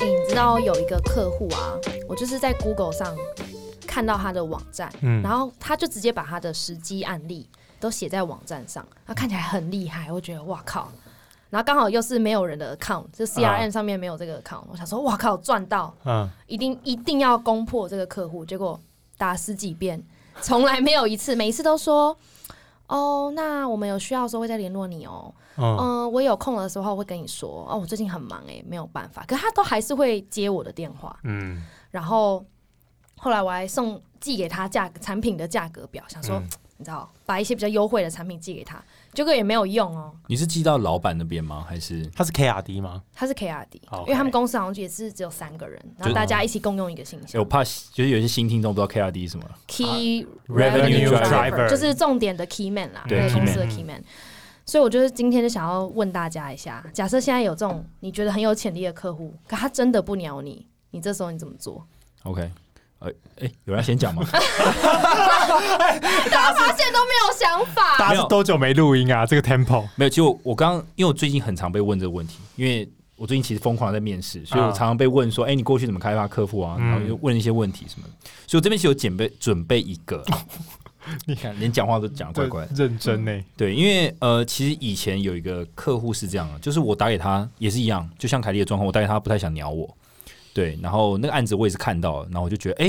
哎到有一个客户啊，我就是在 Google 上看到他的网站，嗯然后他就直接把他的实际案例都写在网站上，他看起来很厉害，我觉得哇靠！然后刚好又是没有人的 account，就 CRM 上面没有这个 account，、我想说哇靠赚到，嗯，一定一定要攻破这个客户。结果打十几遍，从来没有一次，每一次都说哦，那我们有需要的时候会再联络你哦。哦，嗯、我有空的时候会跟你说哦，我最近很忙诶、没有办法。可他都还是会接我的电话，嗯，然后后来我还送寄给他价格产品的价格表，想说、嗯你知道把一些比较优惠的产品寄给他，结果也没有用哦。你是寄到老板那边吗？还是他是 KRD 吗？他是 KRD，、 OK 因为他们公司好像也是只有三个人，然后大家一起共用一个信欸箱我。怕就是有些新听众不知道 KRD 是什么？ key Revenue driver 就是重点的 key man 啦，啊对那个 key 公司的 man key man。所以我就是今天就想要问大家一下，假设现在有这种你觉得很有潜力的客户，可他真的不鸟你，你这时候你怎么做？ OK，呃，哎、有人要先讲吗？ 大家发现都没有想法，大家是多久没录音啊？这个 tempo 没有，其实我我刚刚因为我最近很常被问这个问题，因为我最近其实疯狂地在面试，所以我啊常常被问说，哎、你过去怎么开发客户啊？嗯然后就问一些问题什么的，所以我这边是有准备准备一 个，你你看连讲话都讲得怪怪的。认真欸呢。对，因为呃，其实以前有一个客户是这样的，就是我打给他也是一样，就像凯莉的状况，我打给他不太想鸟我。对，然后那个案子我也是看到了，然后我就觉得，哎、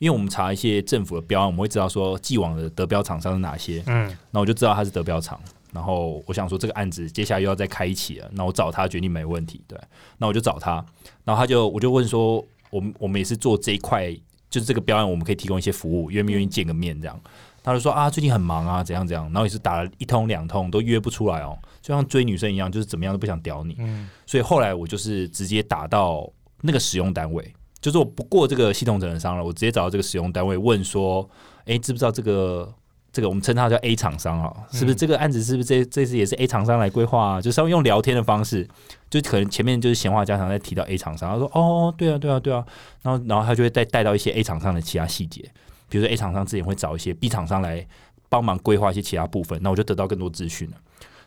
因为我们查一些政府的标案，我们会知道说既往的得标厂商是哪些，嗯，那我就知道他是德标厂。然后我想说这个案子接下来又要再开一起了，那我找他决定没问题，对。那我就找他，然后他就我就问说，我们我们也是做这一块，就是这个标案，我们可以提供一些服务，愿不愿意见个面这样？他就说啊，最近很忙啊，怎样怎样，然后也是打了一通两通都约不出来哦，就像追女生一样，就是怎么样都不想屌你。嗯所以后来我就是直接打到那个使用单位，就是我不过这个系统整合商了，我直接找到这个使用单位问说，哎、知不知道这个这个我们称它叫 A 厂商啊，是不是这个案子是不是这这次也是 A 厂商来规划、啊？就稍微用聊天的方式，就可能前面就是闲话家常在提到 A 厂商，他说哦，对啊，对啊，对啊，然后然后他就会再带到一些 A 厂商的其他细节，比如说 A 厂商之前会找一些 B 厂商来帮忙规划一些其他部分，那我就得到更多资讯了。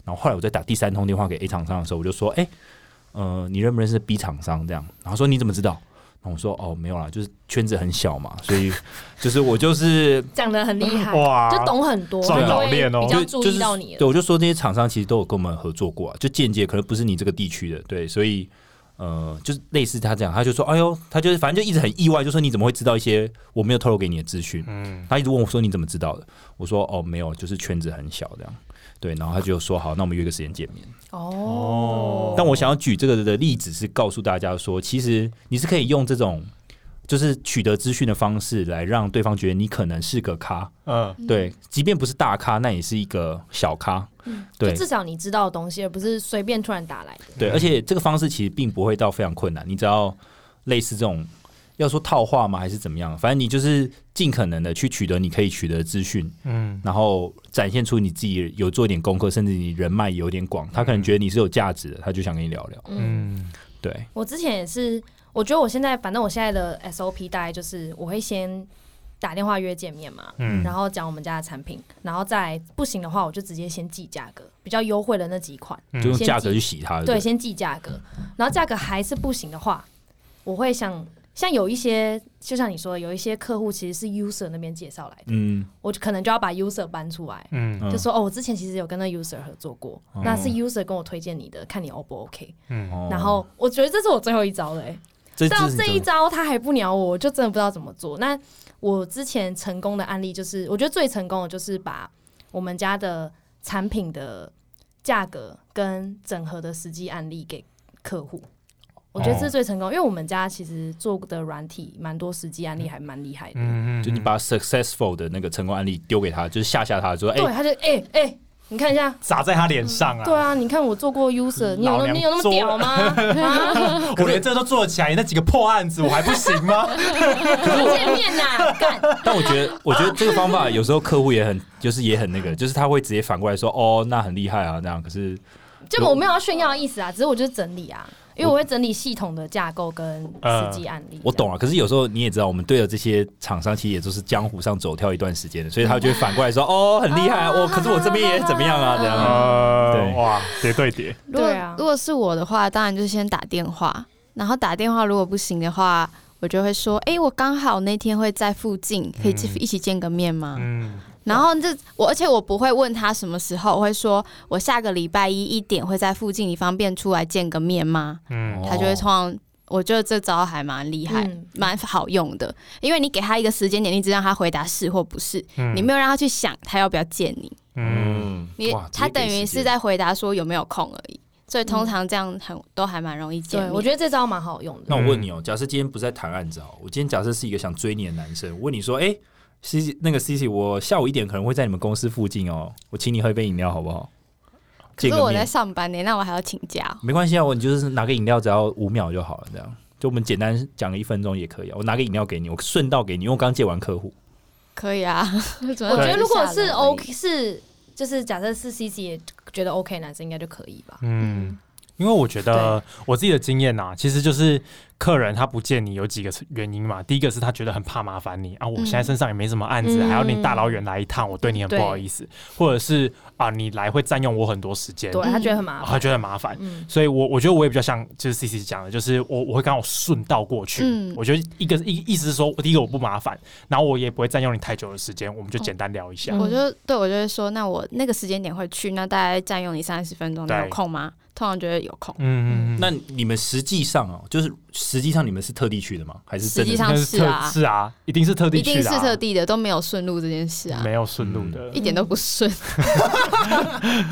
然后后来我在打第三通电话给 A 厂商的时候，我就说，哎、呃，你认不认识 B 厂商这样？然后说你怎么知道？然后我说哦，没有啦，就是圈子很 小嘛，所以就是我就是讲的很厉害，哇就懂很多，赚老练哦他就会比就较注就是意到你了。对，我就说这些厂商其实都有跟我们合作过、啊，就间接可能不是你这个地区的，对，所以呃，就是类似他这样，他就说哎呦，他就是反正就一直很意外，就说你怎么会知道一些我没有透露给你的资讯？嗯，他一直问我说你怎么知道的？我说哦，没有，就是圈子很小这样。对，然后他就说好，那我们约个时间见面。哦，但我想要举这个的例子是告诉大家说，其实你是可以用这种就是取得资讯的方式来让对方觉得你可能是个咖，嗯，对，即便不是大咖，那也是一个小咖，对就至少你知道的东西，而不是随便突然打来的。对，而且这个方式其实并不会到非常困难，你只要类似这种要说套话吗，还是怎么样，反正你就是尽可能的去取得你可以取得的资讯，嗯，然后展现出你自己有做一点功课，甚至你人脉有点广，他可能觉得你是有价值的，他就想跟你聊聊，嗯，对，我之前也是，我觉得我现在反正我现在的 SOP 大概就是我会先打电话约见面嘛，嗯然后讲我们家的产品，然后再不行的话，我就直接先记价格，比较优惠的那几款，嗯就用先价记格去洗他，对，对，先记价格，然后价格还是不行的话，我会想。像有一些，就像你说的，有一些客户其实是 user 那边介绍来的，嗯。我就可能就要把 user 搬出来，嗯哦嗯就说哦，我之前其实有跟那 user 合作过，那是 user 跟我推荐你的，看你 O 不 OK。嗯，哦然后我觉得这是我最后一招了、欸，这到是这一招他还不鸟我，我就真的不知道怎么做。那我之前成功的案例就是，我觉得最成功的就是把我们家的产品的价格跟整合的实际案例给客户。我觉得这是最成功，因为我们家其实做的软体蛮多实际案例，还蛮厉害的。嗯就你把 successful 的那个成功案例丢给他，就是吓吓他说，哎、对，他就哎哎、欸你看一下，砸在他脸上啊！对啊，你看我做过 user，你有老那娘你有那么做屌吗？啊，我连这都做起来，那几个破案子我还不行吗？ 见面呐，干。但我觉得，我觉得这个方法有时候客户也很，就是也很那个，就是他会直接反过来说，哦，那很厉害啊，那样。可是，就我没有要炫耀的意思啊，只是我就是整理啊，因为我会整理系统的架构跟呃实际案例。我懂啊了。可是有时候你也知道，我们对的这些厂商其实也都是江湖上走跳一段时间的，所以他就会反过来说，哦，很厉害啊，哦，可是我这边也怎么样啊，这样。呃对哇，叠对叠，这样。对啊如，果是我的话，当然就是先打电话，然后打电话如果不行的话，我就会说，哎、我刚好那天会在附近，可以嗯一起见个面吗？嗯，然后这我，而且我不会问他什么时候，我会说我下个礼拜一一点会在附近，你方便出来见个面吗？嗯哦他就会通常，我觉得这招还蛮厉害嗯，蛮、好用的，因为你给他一个时间点，你只让他回答是或不是，嗯你没有让他去想他要不要见你，嗯嗯，你哇他直接等给于时是间在回答说有没有空而已，所以通常这样很都还蛮容易见对，面。我觉得这招蛮好用那的。我问你哦，假设今天不是在谈案子哦，我今天假设是一个想追你的男生，我问你说，哎、c C 那个 C C，我下午一点可能会在你们公司附近哦，我请你喝一杯饮料好不好？可见是个我在面上班呢、那我还要请假哦、没关系啊，我你就是拿个饮料，只要五秒就好了，这样就我们简单讲个一分钟也可以啊。我拿个饮料给你，我顺道给你，因为我刚接完客户，可 以啊。我我觉得如果是 OK 是就是假设是 C C 也觉得 OK 男生应该就可以吧。嗯，因为我觉得我自己的经验呐、其实就是客人他不见你有几个原因嘛。第一个是他觉得很怕麻烦你啊，我现在身上也没什么案子，嗯还要你大老远来一趟，我对你很不好意思，或者是啊你来会占用我很多时间，对啊他觉得很麻他烦。觉得很麻烦。嗯，所以我，我觉得我也比较像，就是 C C 讲的，就是我我会刚好顺道过去。嗯我觉得一个一意思是说，第一个我不麻烦，然后我也不会占用你太久的时间，我们就简单聊一下。嗯我就对我就会说，那我那个时间点会去，那大概占用你三十分钟，你对有空吗？通常觉得有空，嗯，那你们实际上哦，就是实际上你们是特地去的吗？还是实真际的？那上是特啊，是啊，一定是特地一去定是的啊特地的，都没有顺路这件事啊，没有顺路的一。点都不顺。嗯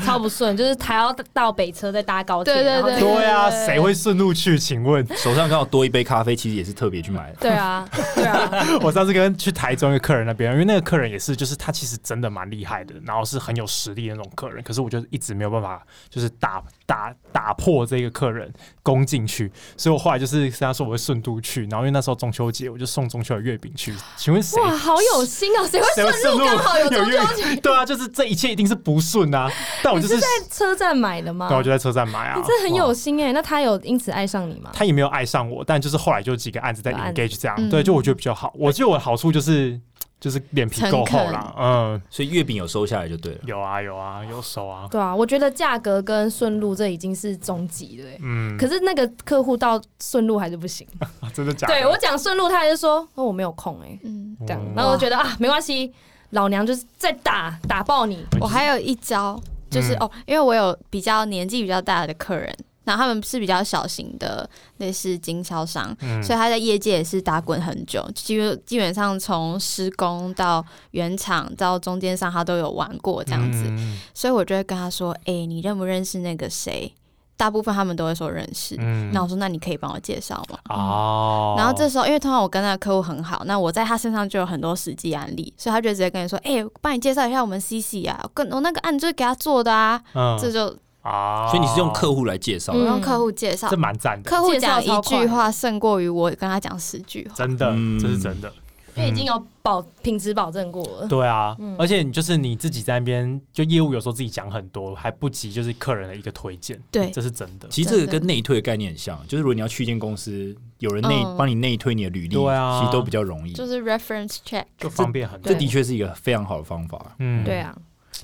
超不顺，就是他要到北车再搭高铁，对对然后对对啊，谁会顺路去？请问， 手上刚好多一杯咖啡，其实也是特别去买的。对 啊，对 啊，我上次跟去台中一个客人那边，因为那个客人也是，就是他其实真的蛮厉害的，然后是很有实力的那种客人，可是我就一直没有办法，就是打打打破这个客人攻进去，所以我后来就是跟他说我会顺路去，然后因为那时候中秋节，我就送中秋的月饼去。请问谁？ 哇，好有心哦，谁会谁会顺路刚好有中月秋节？饼？对啊，就是这一切一定是不顺啊！但我就是， 车站买的吗？对，我就在车站买啊。你这很哇有心哎、那他有因此爱上你吗？他也没有爱上我，但就是后来就几个案子在有案 engage 这样，嗯对，就我觉得比较好。我觉得我的好处就是就是脸皮够厚诚啦，嗯，所以月饼有收下来就对了。有啊有啊有手啊，对啊，我觉得价格跟顺路这已经是终极了、欸。嗯，可是那个客户到顺路还是不行，啊真的假的？对我讲顺路，他还是说哦我没有空哎、欸，嗯，这样嗯，然后我觉得啊没关系，老娘就是再打打爆你，我还有一招，就是、嗯哦，因为我有比较年纪比较大的客人，然后他们是比较小型的类似经销商，嗯所以他在业界也是打滚很久，基本基本上从施工到原厂到中间商，他都有玩过这样子。嗯所以我就会跟他说：“哎、你认不认识那个谁？”大部分他们都会说认识。嗯那我说：“那你可以帮我介绍吗？”哦，然后这时候，因为通常我跟那个客户很好，那我在他身上就有很多实际案例，所以他就直接跟你说：“哎、我帮你介绍一下我们 CC 啊，我跟我那个案就是给他做的啊。嗯这就啊，所以你是用客户来介绍我的，用客户介绍，这蛮赞的，客户介绍讲超一快句话胜过于我跟他讲十句话。真的嗯这是真的，因为已经有保品质保证过嗯了。对啊，而且你就是你自己在那边就业务有时候自己讲很多，还不及就是客人的一个推荐，对这是真的，其实这个真的跟内推的概念很像，就是如果你要去一间公司，有人内嗯帮你内推你的履历，对啊其实都比较容易。就是 reference check，就方便很多这，的确是一个非常好的方法。嗯对，啊，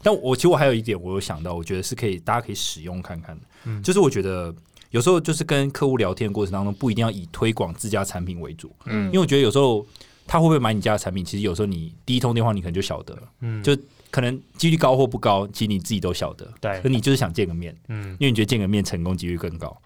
但我其实我还有一点，我有想到，我觉得是可以大家可以使用看看的，嗯就是我觉得有时候就是跟客户聊天的过程当中，不一定要以推广自家产品为主，嗯因为我觉得有时候他会不会买你家的产品，其实有时候你第一通电话你可能就晓得了，嗯就可能几率高或不高，其实你自己都晓得，对啊可你就是想见个面。嗯因为你觉得见个面成功几率更高。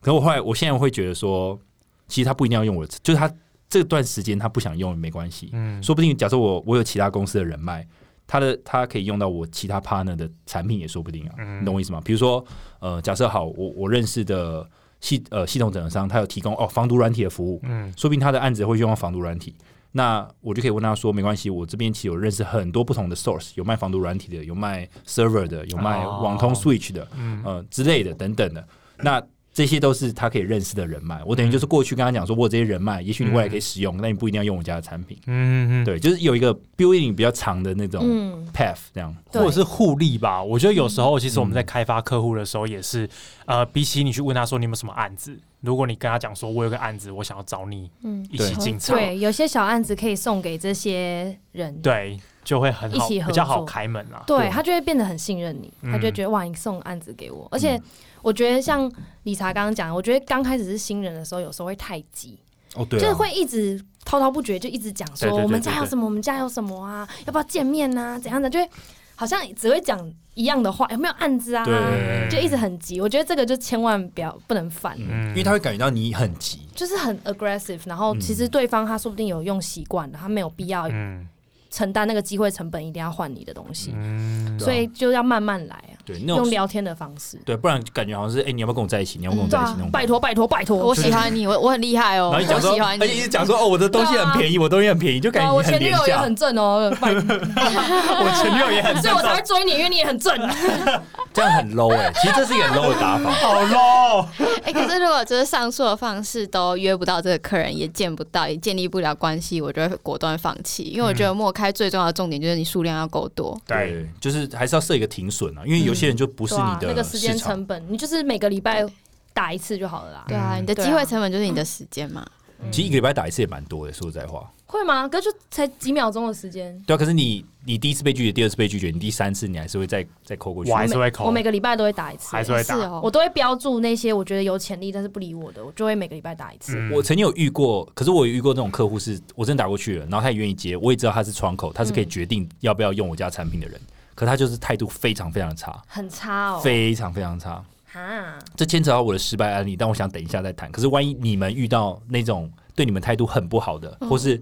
可我后来，我现在会觉得说，其实他不一定要用我的，就是他这段时间他不想用也没关系，嗯说不定假设我我有其他公司的人脉，他的他可以用到我其他 partner 的产品也说不定啊，嗯你懂我意思吗？比如说，呃，假设好，我我认识的系呃系统整合商，他有提供哦防毒软体的服务，嗯说不定他的案子会用到防毒软体。那我就可以问他说，没关系，我这边其实有认识很多不同的 source，有卖防毒软体的，有卖 server 的，有卖哦网通 switch 的，嗯呃之类的等等的。那这些都是他可以认识的人脉。我等于就是嗯过去跟他讲说，我有这些人脉，也许你未来可以使用，但你不一定要用我家的产品。嗯嗯，对，就是有一个 building 比较长的那种嗯， path 这样。对或者是互利吧。我觉得有时候，其实我们在开发客户的时候，也是、呃，比起你去问他说你有没有什么案子，如果你跟他讲说我有个案子，我想要找你嗯一起进场，对，有些小案子可以送给这些人，对，就会很一好，起合比较好作开门啊。对他就会变得很信任你，嗯他就会觉得哇，你送案子给我。而且我觉得像理查刚刚讲的，我觉得刚开始是新人的时候，有时候会太急，哦，对、啊，就是会一直滔滔不绝，就一直讲说对对对我们对家有对什么，我们家有什么啊，要不要见面啊，怎样的，就会好像只会讲一样的话，有没有案子啊？对就一直很急，我觉得这个就千万不要不能犯，嗯，因为他会感觉到你很急，就是很 aggressive，然后其实对方他说不定有用习惯的，他没有必要嗯承担那个机会成本，一定要换你的东西，嗯，所以就要慢慢来啊，啊对那用种聊天的方式。啊对，不然感觉好像是哎、你要不要跟我在一起？你要不要跟我在一起、那种感拜觉。托拜托拜托，我喜欢你，我我很厉害啊哦，然后我一讲说，喜欢而且一你直。讲说哦，我的东西很便宜，我东西很便宜，就感啊，觉我你很前女廉友也价。很正哦，拜我前女友也很，所以我才会追你，因为你也很正。啊这样很 low 哎、其实这是一个很 low 的打 法。好 low，哎、可是如果就是上述的方式都约不到这个客人，也见不到，也建立不了关系，我就会果断放弃。因为我嗯觉得默开最重要的重点就是你数量要够多。对，，就是还是要设一个停损啊，因为有些人就不是对你啊那的个时市间场。成本，你就是每个礼拜打一次就好了啦。对啊，你的对啊机会成本就是你的时间嘛。其实一个礼拜打一次也蛮多的，说实在话。会吗？可是就才几秒钟的时间，对啊，可是你你第一次被拒绝，第二次被拒绝，你第三次你还是会再再扣过去我。还是会我抠，每个礼拜都会打一次还，是会啊是打。哦，我都会标注那些我觉得有潜力但是不理我的，我就会每个礼拜打一次。嗯我曾经有遇过，可是我有遇过那种客户是，我真的打过去了，然后他也愿意接，我也知道他是窗口，他是可以决定要不要用我家产品的嗯人，可他就是态度非常非常差，很差哦，非常非常差。哈，这牵扯到我的失败案例，但我想等一下再谈。可是万一你们遇到那种对你们态度很不好的，或是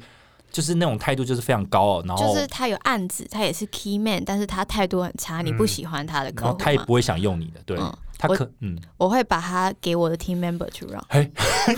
就是那种态度就是非常高傲，然后嗯就是他有案子，他也是 key man，但是他态度很差，你不嗯喜欢他的然客后户他也嘛不会想用你的，对嗯他我可嗯，我会把他给我的 team member 去让，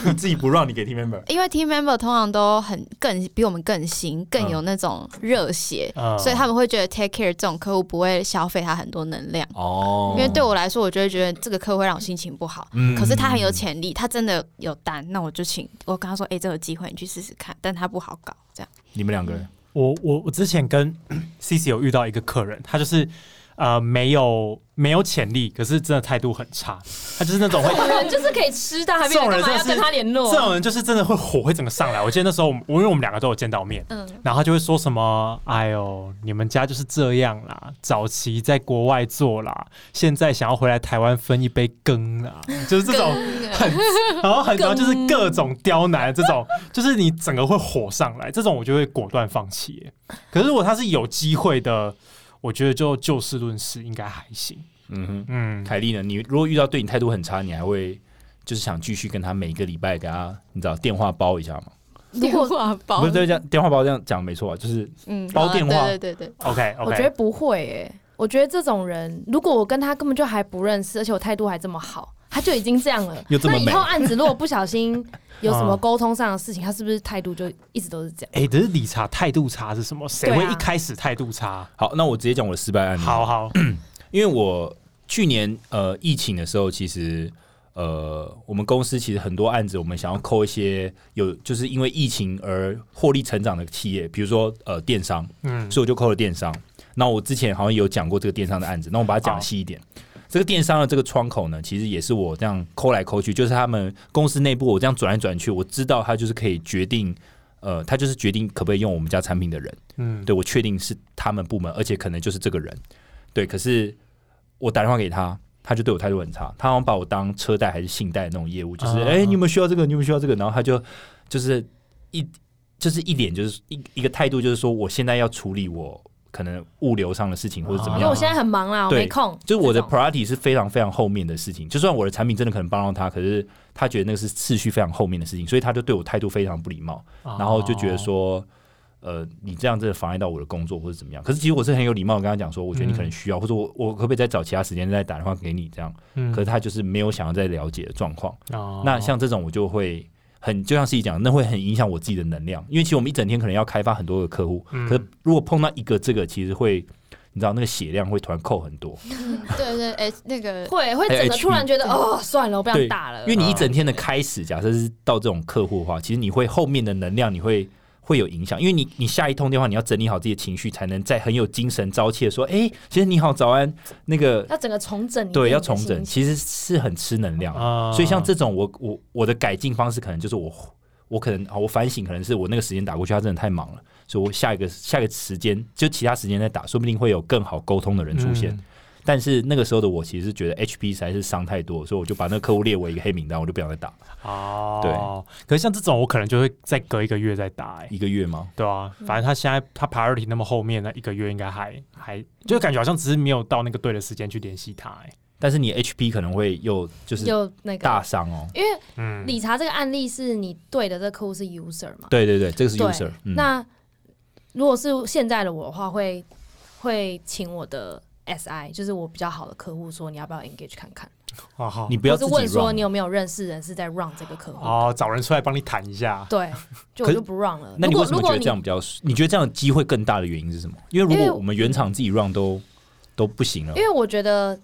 你自己不让你给 team member，因为 team member 通常都很更比我们更新，嗯更有那种热血，嗯所以他们会觉得 take care 这种客户不会消费他很多能量。哦，因为对我来说，我就会觉得这个客户会让我心情不好。嗯可是他很有潜力，他真的有单，那我就请我跟他说，哎、这个机会你去试试看，但他不好搞，这样。你们两个人我我我之前跟 C C 有遇到一个客人，他就是呃没有没有潜力，可是真的态度很差，他就是那种会。这种人就是可以吃的，还别人干嘛要跟他联络？这种人就是真的会火会整个上来。我记得那时候我们，我因为我们两个都有见到面，嗯，然后他就会说什么：“哎呦，你们家就是这样啦，早期在国外做啦，现在想要回来台湾分一杯羹啦，就是这种啊很，然后很，然后就是各种刁难，这种啊就是你整个会火上来，这种我就会果断放弃耶。可是如果他是有机会的，我觉得就就事论事应该还行。嗯哼。嗯，凯莉呢？你如果遇到对你态度很差，你还会就是想继续跟他每个礼拜给他，你知道电话煲一下吗？如果话包不是对这样，电话煲这样讲没错啊，就是嗯煲电话对对对对， OK 我觉得 OK，不会诶、我觉得这种人，如果我跟他根本就还不认识，而且我态度还这么好，他就已经这样了。又这么那美以后案子如果不小 心有什么嗯沟通上的事情，他是不是态度就一直都是这样？哎，可是理查态度差是什么？谁对啊会一开始态度差？好。那我直接讲我的失败案例。好，好，因为我去年呃疫情的时候，其实呃我们公司其实很多案子，我们想要扣一些有就是因为疫情而获利成长的企业，比如说呃电商，嗯，所以我就扣了电商。那我之前好像有讲过这个电商的案子，那我把它讲细一点。这个电商的这个窗口呢，其实也是我这样抠来抠去，就是他们公司内部我这样转来转去，我知道他就是可以决定，呃，他就是决定可不可以用我们家产品的人。嗯，对我确定是他们部门，而且可能就是这个人。对，可是我打电话给他，他就对我态度很差，他好像把我当车贷还是信贷那种业务，就是哎、啊诶你有没有需要这个？你有没有需要这个？然后他就就是一就是一脸就是一一个态度，就是说我现在要处理我可能物流上的事情或者怎哦因啊么为样我。现在很忙啦，我对没空。就是我的这种 priority 是非常非常后面的事情，就算我的产品真的可能帮到他，可是他觉得那个是次序非常后面的事情，所以他就对我态度非常不礼貌。哦然后就觉得说，呃，你这样真的妨碍到我的工作或者怎么样。可是其实我是很有礼貌，跟他讲说，我觉得你可能需要，或者我我可不可以再找其他时间再打电话给你这样？嗯，可是他就是没有想要再了解的状况。哦那像这种我就会很，就像是一讲，那会很影响我自己的能量，因为其实我们一整天可能要开发很多个客户，嗯可是如果碰到一个这个，其实会。你知道那个血量会突然扣很多，对对，哎、那个会会整个 HP 突然觉得哦，算了，我不想打了嗯因。为你一整天的开始，假设是到这种客户的话，其实你会后面的能量你会会有影响，因为你你下一通电话你要整理好自己的情绪，才能在很有精神朝气的说，哎、其实你好，早安，那个要整个重整一遍对，你的要重整，心情其实是很吃能量，啊所以像这种我我我的改进方式可能就是我我可能啊，我反省可能是我那个时间打过去，他真的太忙了，所以我下一个下一个时间就其他时间再打，说不定会有更好沟通的人出现。嗯但是那个时候的我其实是觉得 HP 实在是伤太多，所以我就把那个客户列为一个黑名单，我就不想再打哦，对。可是像这种，我可能就会再隔一个月再打、欸，一个月吗？对啊，反正他现在他 priority 那么后面，那一个月应该还还，就感觉好像只是没有到那个对的时间去联系他、欸，但是你 HP 可能会又就是又那大个，啊伤哦。因为嗯，理查这个案例是你对的这个客户是 user 嘛，对对对，这个是对 user，、嗯、那如果是现在的我的话，会会请我的 SI，就是我比较好的客户说，你要不要 engage 看看？好好你不要或自是己问说 run 你有没有认识人是在 run 这个客户？哦，找人出来帮你谈一下，对，就可我是就不 run 了。那你如果为什么如觉果得你这样比较？你觉得这样机会更大的原因是什么？因为如因为果我们原厂自己 run 都都不行了因，为我觉得。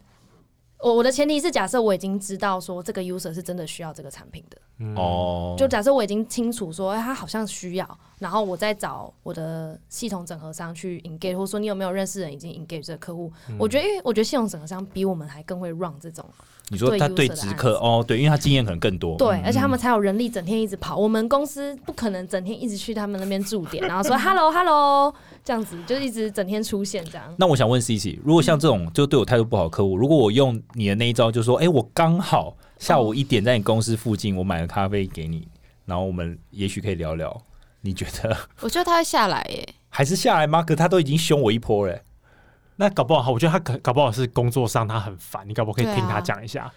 我我的前提是假设我已经知道说这个 user 是真的需要这个产品的，嗯，哦，就假设我已经清楚说，哎、他好像需要，然后我再找我的系统整合商去 engage，或者说你有没有认识人已经 engage 这个客户？嗯我觉得，因为我觉得系统整合商比我们还更会 run 这种，哦你说对他 user 对的直案客子哦，对，因为他经验可能更多，对，嗯而且他们才有人力整天一直跑。我们公司不可能整天一直去他们那边驻点，然后 说 hello hello 这样子，就一直整天出现这样。那我想问 C C，如果像这嗯种就对我态度不好的客户，如果我用你的那一招，就说，哎、我刚好下午一点在你公司附近，我买个咖啡给你，然后我们也许可以聊聊，你觉得 我觉得他会下来耶，还是下来吗？可他都已经凶我一波了、 那搞不好，我觉得他可搞不好是工作上他很烦，你搞不好可以听他讲一下。啊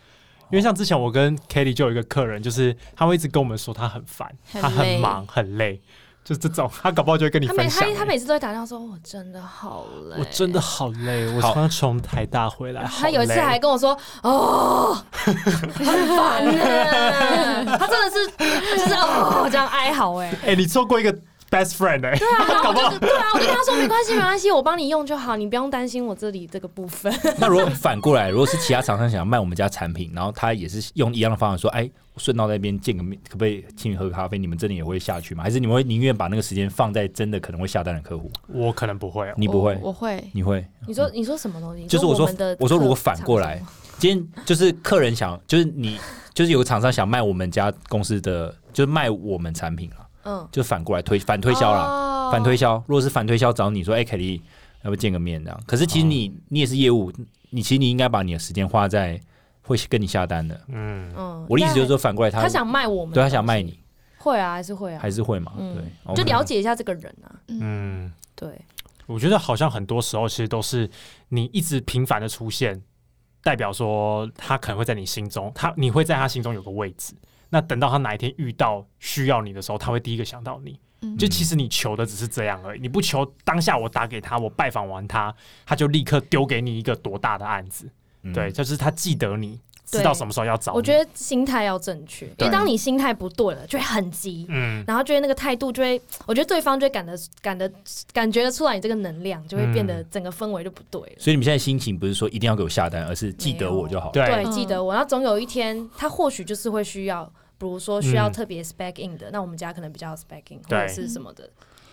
因为像之前我跟 Kelly 就有一个客人，就是他会一直跟我们说他很烦，很他很累忙很累，就这种他搞不好就会跟你他分每享、他他欸。每次都会打电话说，我真的好累，我真的。好累，我好刚从台大回来，好他有一次累还跟我说：“哦，很烦 呢。”他真的是就是哦这样哀嚎哎、哎、你做过一个 best friend 哎、对啊，然后我就对啊，我就跟他说没关系没关系，我帮你用就好，你不用担心我这里这个部分。那如果反过来，如果是其他厂商想要卖我们家产品，然后他也是用一样的方法说，哎，我顺道那边见个面，可不可以请你喝个咖啡？你们真的也会下去吗？还是你们会宁愿把那个时间放在真的可能会下单的客户？我可能不会、哦，你不会我，我会。你会？你说你说什么东西？就是我说们的我说如果客反过来场景吗今天就是客人想，就是你，就是有个厂商想卖我们家公司的，就是卖我们产品了，嗯，就反过来推反推销啦，哦反推销。如果是反推销找你说，哎、凯莉，要不要见个面这样？可是其实你、嗯你也是业务，你其实你应该把你的时间花在会跟你下单的。嗯，嗯我的意思就是说，反过来他他想卖我们，对他想卖，你，会啊，还是会啊，还是哦会嘛？嗯对，就 OK 了解一下这个人啊，嗯，对，我觉得好像很多时候其实都是你一直频繁的出现，代表说他可能会在你心中，他你会在他心中有个位置。那等到他哪一天遇到需要你的时候，他会第一个想到你。嗯就其实你求的只是这样而已，你不求当下我打给他，我拜访完他，他就立刻丢给你一个多大的案子。嗯对，就是他记得你，对知道什么时候要找你。我觉得心态要正确，因对为当你心态不对了，就会很急，嗯，然后就会那个态度就会，我觉得对方就会感得感得感觉得出来你这个能量，就会变得嗯整个氛围就不对了。所以你们现在心情不是说一定要给我下单，而是记得我就好了。对，啊对，嗯记得我，然后总有一天他或许就是会需要，比如说需要嗯特别 spec in 的，那我们家可能比较 spec in 或对者是什么的，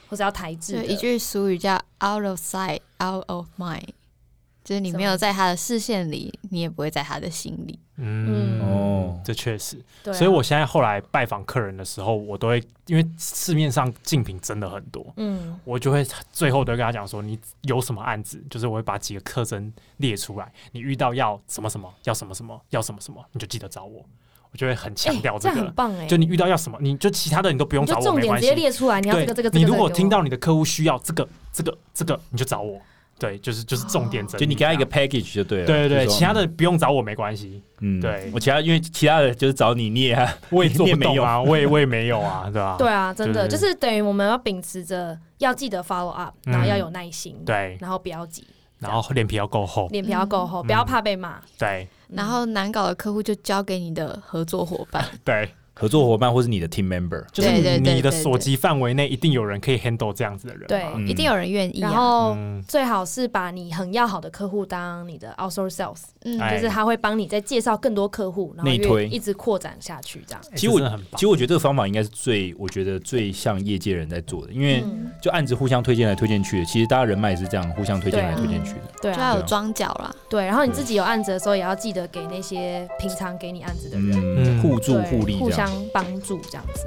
或者要台制就的，一句俗语叫 “out of sight, out of mind”，就是你没有在他的视线里，你也不会在他的心里。嗯，嗯哦哦，这确实。对啊所以我现在后来拜访客人的时候，我都会因为市面上竞品真的很多，嗯我就会最后都会跟他讲说，你有什么案子，就是我会把几个特征列出来，你遇到要什么什么，要什么什么，要什么什么，你就记得找我。我就会很强哎调这个，很棒哎，就你遇到要什么，你就其他的你都不用你找就我，重没点关直系接。列出来，你要这对个这个这个。你如果这个听到你的客户需要这个、这个、这个，你就找我。对，就是就是重点整理就你给他一个这样。 package 就对了。对对对，就说其他的不用找我没关系，嗯对我其他因为其他的就是找你，你也我也做你也不没动有啊，我也我也没有啊，对 吧？对啊，真的就对是等于我们要秉持着要记得 follow up，嗯然后要有耐心，对，然后不要急，然后脸皮要够厚，脸皮要够厚，嗯不要怕被骂。对然后难搞的客户就交给你的合作伙伴，对，合作伙伴或是你的 team member，就是对对你对你的对所对及范围内一定有人可以 handle 这样子的人对嘛，嗯一定有人愿意啊。然后嗯，最好是把你很要好的客户当你的 outsource sales，嗯哎就是他会帮你再介绍更多客户，然后内推越一直扩展下去这样。哎其实我这真的很棒其实我觉得这个方法应该是最，我觉得最像业界人在做的，因为嗯，就案子互相推荐来推荐去的，其实大家人脉也是这样互相推荐对来啊推荐去的。对就啊，要有装脚啦，对。嗯然后你自己有案子的时候，也要记得给那些平常给你案子的人嗯，嗯互助对互利这互相帮助这样子。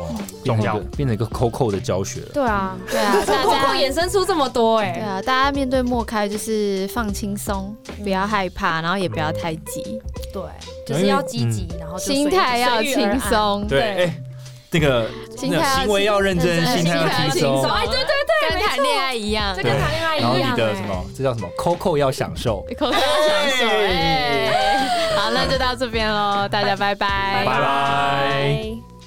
哇，变重成一要个变成一个扣扣的教学了。对啊，对啊，从 大扣扣家衍生出这么多哎、对啊，大家面对莫开就是放轻松，不嗯要害怕，然后也不要太急，对，哎就是要积极，嗯然后就随心态要随遇而轻安松。对，对哎，那个心那态个要行为要认真，认真心态心态要要轻轻松松，哎，对对对，跟没谈错恋爱一样就，对跟谈恋爱一然样、后欸。你的什么，这叫什么？扣扣要享受。口口相传。哎好，那就到这边喽，大家拜拜拜拜。